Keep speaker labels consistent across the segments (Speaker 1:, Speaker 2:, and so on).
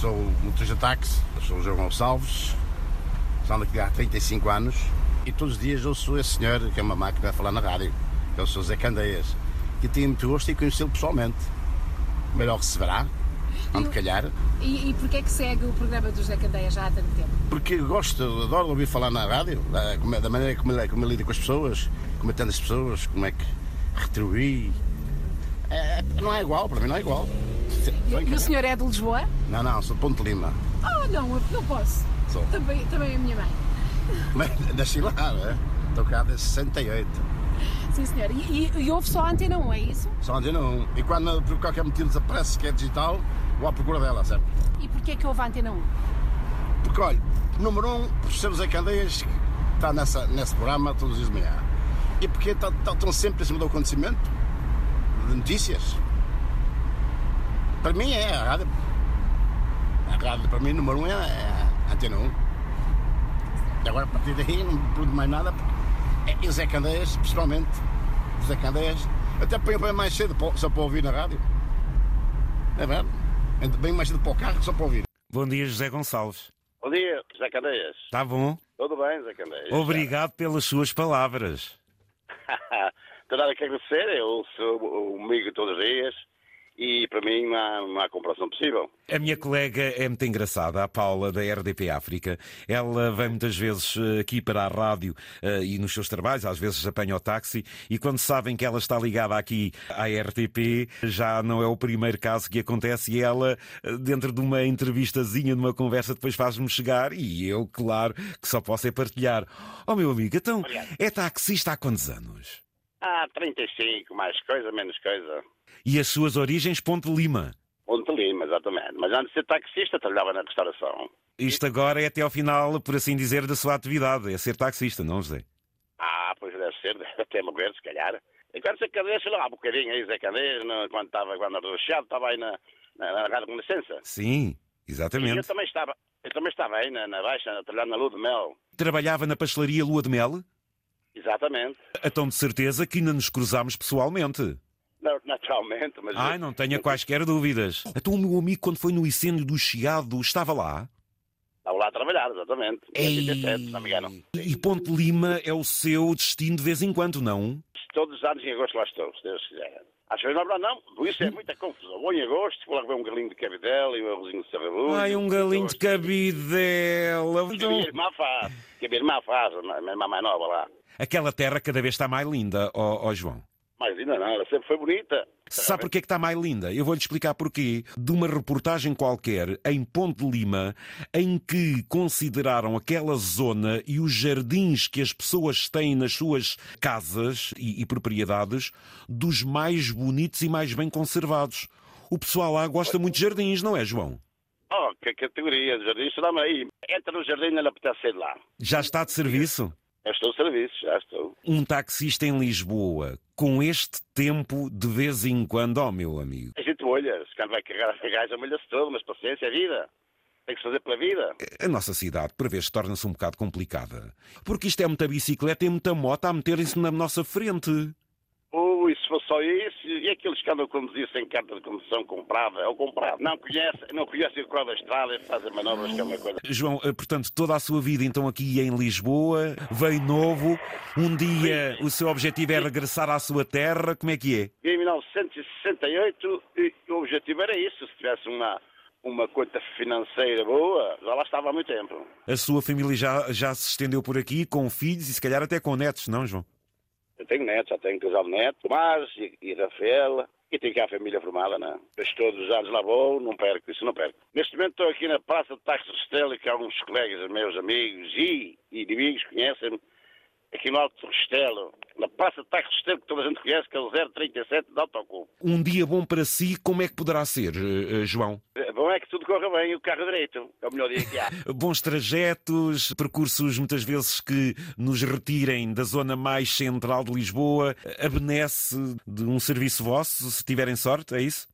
Speaker 1: Sou motorista de táxi, sou João Gonçalves, são daqui há 35 anos e todos os dias ouço esse senhor, que é uma máquina a falar na rádio, que é o Sr. Zé Candeias, que tinha muito gosto em conhecê-lo pessoalmente. Melhor receberá, onde calhar,
Speaker 2: E, e porquê é que segue o programa do José Candeia já há tanto tempo?
Speaker 1: porque gosto, adoro ouvir falar na rádio, da, como- é, da maneira como ele, como ele lida com as pessoas, como atende as pessoas, como é que retribui. É, é- não é igual, para mim não é igual. Sou
Speaker 2: E o
Speaker 1: encalhado.
Speaker 2: senhor é de Lisboa?
Speaker 1: Não, não, sou de Ponte Lima.
Speaker 2: Oh, não, eu não posso.
Speaker 1: Sou.
Speaker 2: Também, também é a minha mãe.
Speaker 1: Mas nasci lá, não é? Estou cá desde 68.
Speaker 2: Sim, senhor. E, e, e houve só a Antena 1, é isso?
Speaker 1: Só onde não. E quando por qualquer motivo desaparece que é digital, vou à procura dela, certo?
Speaker 2: E porquê é que houve a Antena 1?
Speaker 1: Porque olha, número um, o professor José Candeias que está nessa, nesse programa todos os dias de manhã. E porque está- está- estão sempre em cima do acontecimento, de notícias. Para mim é a rádio. A rádio para mim número um é a antena 1. E agora a partir daí não me pergunto mais nada porque é José Candeias, principalmente. José Candeias. Até põe bem mais cedo para- só para ouvir na rádio. Não É verdade? Bem mais cedo para o carro só para ouvir.
Speaker 3: Bom dia, José Gonçalves.
Speaker 4: Bom dia, Zé Candeias.
Speaker 3: Está bom?
Speaker 4: Tudo bem, Zé Candeias?
Speaker 3: Obrigado pelas suas palavras.
Speaker 4: Tenho nada que agradecer, eu sou o amigo todos os dias e para mim não há, não há comparação possível.
Speaker 3: A minha colega é muito engraçada, a Paula, da RDP África. Ela vem muitas vezes eh, aqui para a rádio eh, e nos seus trabalhos, às vezes apanha o táxi, e quando sabem que ela está ligada aqui à RTP, já não é o primeiro caso que acontece, e ela, eh, dentro de uma entrevistazinha, de uma conversa, depois faz-me chegar, e eu, claro, que só posso é partilhar. Oh, meu amigo, então,
Speaker 4: Obrigado.
Speaker 3: é taxista há quantos anos?
Speaker 4: Há 35, mais coisa, menos coisa.
Speaker 3: E as suas origens, Ponte Lima.
Speaker 4: Ponte Lima, exatamente. Mas antes de ser taxista, trabalhava na restauração.
Speaker 3: Isto agora é até ao final, por assim dizer, da sua atividade. É ser taxista, não, José?
Speaker 4: Ah, pois deve ser, deve até morrer, se calhar. Enquanto Zé Candeias, sei lá, há um bocadinho aí, Zé Candeias, no- quando estava quando era do Chiado, estava aí na, na, na Rádio Renascença.
Speaker 3: Sim,
Speaker 4: E eu
Speaker 3: exatamente.
Speaker 4: também estava, eu também estava aí na, na Baixa, a trabalhar na Lua de Mel.
Speaker 3: Trabalhava na pastelaria Lua de Mel?
Speaker 4: Exatamente.
Speaker 3: Então, de certeza que ainda nos cruzámos pessoalmente.
Speaker 4: Não, Naturalmente, mas...
Speaker 3: Ai, não tenha quaisquer dúvidas. Então, o meu amigo, quando foi no incêndio do Chiado, estava lá?
Speaker 4: Estava lá a trabalhar, exatamente. Em 87, É, se não me engano.
Speaker 3: E Ponte Lima é o seu destino de vez em quando, não?
Speaker 4: Todos os anos em agosto lá estou, se Deus quiser. Às vezes não, não, não, por isso é muita confusão. Vou em agosto, vou lá ver um galinho de cabidela e um arrozinho de sarrabulho.
Speaker 3: Ai, um galinho de cabidela.
Speaker 4: Que a minha
Speaker 3: Então,
Speaker 4: irmã faz, que a minha irmã faz, a minha irmã mais nova lá.
Speaker 3: Aquela terra cada vez está mais linda, ó ó João.
Speaker 4: Mas ainda não, ela sempre foi bonita.
Speaker 3: Sabe porquê que está mais linda? Eu vou-lhe explicar porquê. De uma reportagem qualquer em Ponte Lima, em que consideraram aquela zona e os jardins que as pessoas têm nas suas casas e, e propriedades dos mais bonitos e mais bem conservados. O pessoal lá gosta muito de jardins, não é, João?
Speaker 4: Oh, que categoria de jardim, isso dá-me aí. Entra no jardim e ela apetece sair de lá.
Speaker 3: Já está de serviço?
Speaker 4: Eu estou de serviço, já estou.
Speaker 3: Um taxista em Lisboa, com este tempo, de vez em quando, ó meu amigo.
Speaker 4: A gente molha, se quando vai carregar a gaja, molha-se todo, mas paciência, é vida. Tem que se fazer pela vida.
Speaker 3: A nossa cidade, por vezes, torna-se um bocado complicada. Porque isto é muita bicicleta e muita moto a meterem-se na nossa frente.
Speaker 4: Ui, se fosse só isso, e aqueles que andam a conduzir sem carta de condução comprada ou comprada? Não conhecem, não conhecem o código da estrada e fazem manobras que é uma coisa.
Speaker 3: João, eh, portanto, toda a sua vida, então, aqui em Lisboa, veio novo. Um dia o seu objetivo é regressar à sua terra. Como é que é?
Speaker 4: E em 1968, e o objetivo era isso. Se tivesse uma, uma conta financeira boa, já lá estava há muito tempo.
Speaker 3: A sua família já, já se estendeu por aqui, com filhos e se calhar até com netos, não, João?
Speaker 4: Eu tenho neto, já tenho casal de neto, Tomás e, e Rafaela. E tenho cá a família formada, não é? Mas todos os anos lá vou, não perco, isso não perco. Neste momento estou aqui na Praça de Taxo de Estela, que alguns colegas, meus amigos e, e inimigos conhecem-me, aqui no Alto do Restelo, na Praça de Taxo de Estela, que toda a gente conhece, que é o 037 de Autocubo.
Speaker 3: Um dia bom para si, como é que poderá ser, eh, eh, João?
Speaker 4: Eh, Bom é que tudo corra bem, o carro direito, é o melhor dia que há.
Speaker 3: bons trajetos, percursos muitas vezes que nos retirem da zona mais central de Lisboa, a benesse de um serviço vosso, se tiverem sorte, é isso?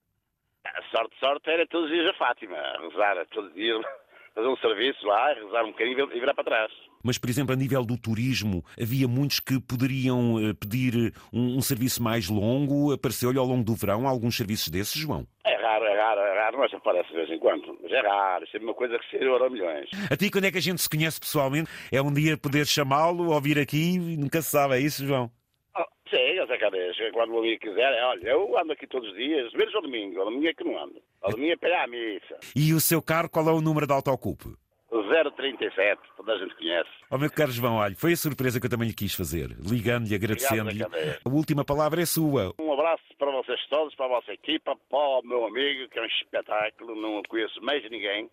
Speaker 4: A sorte, sorte era todos os dias a Fátima, a rezar todos os dias, fazer um serviço lá, rezar um bocadinho e vir- e virar para trás.
Speaker 3: Mas, por exemplo, a nível do turismo, havia muitos que poderiam eh, pedir eh, um, um serviço mais longo. Apareceu-lhe ao longo do verão alguns serviços desses, João?
Speaker 4: É raro, é raro, é raro. raro, mas aparece de vez em quando. Mas é raro, isso é uma coisa que se euro milhões.
Speaker 3: A ti, quando é que a gente se conhece pessoalmente? É um dia poder chamá-lo, ouvir aqui, e nunca se sabe, é isso, João?
Speaker 4: Ah, sim, essa cabeça, quando o amigo quiser, é, olha, eu ando aqui todos os dias, menos ao domingo, ao domingo é que não ando. Ao domingo é para ir à missa.
Speaker 3: E o seu carro, qual é o número de autocupe?
Speaker 4: 037, toda a gente conhece.
Speaker 3: Ó meu caro João, olha, foi a surpresa que eu também lhe quis fazer, ligando-lhe, agradecendo-lhe.
Speaker 4: Obrigado, Zé Cabé.
Speaker 3: A última palavra é sua.
Speaker 4: Um abraço para vocês todos, para a vossa equipa, para o meu amigo, que é um espetáculo, não conheço mais ninguém,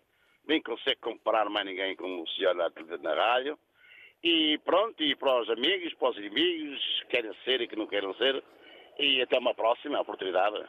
Speaker 4: nem consigo comparar mais ninguém com o senhor na, na rádio. E pronto, e para os amigos, para os inimigos, querem ser e que não querem ser, e até uma próxima oportunidade.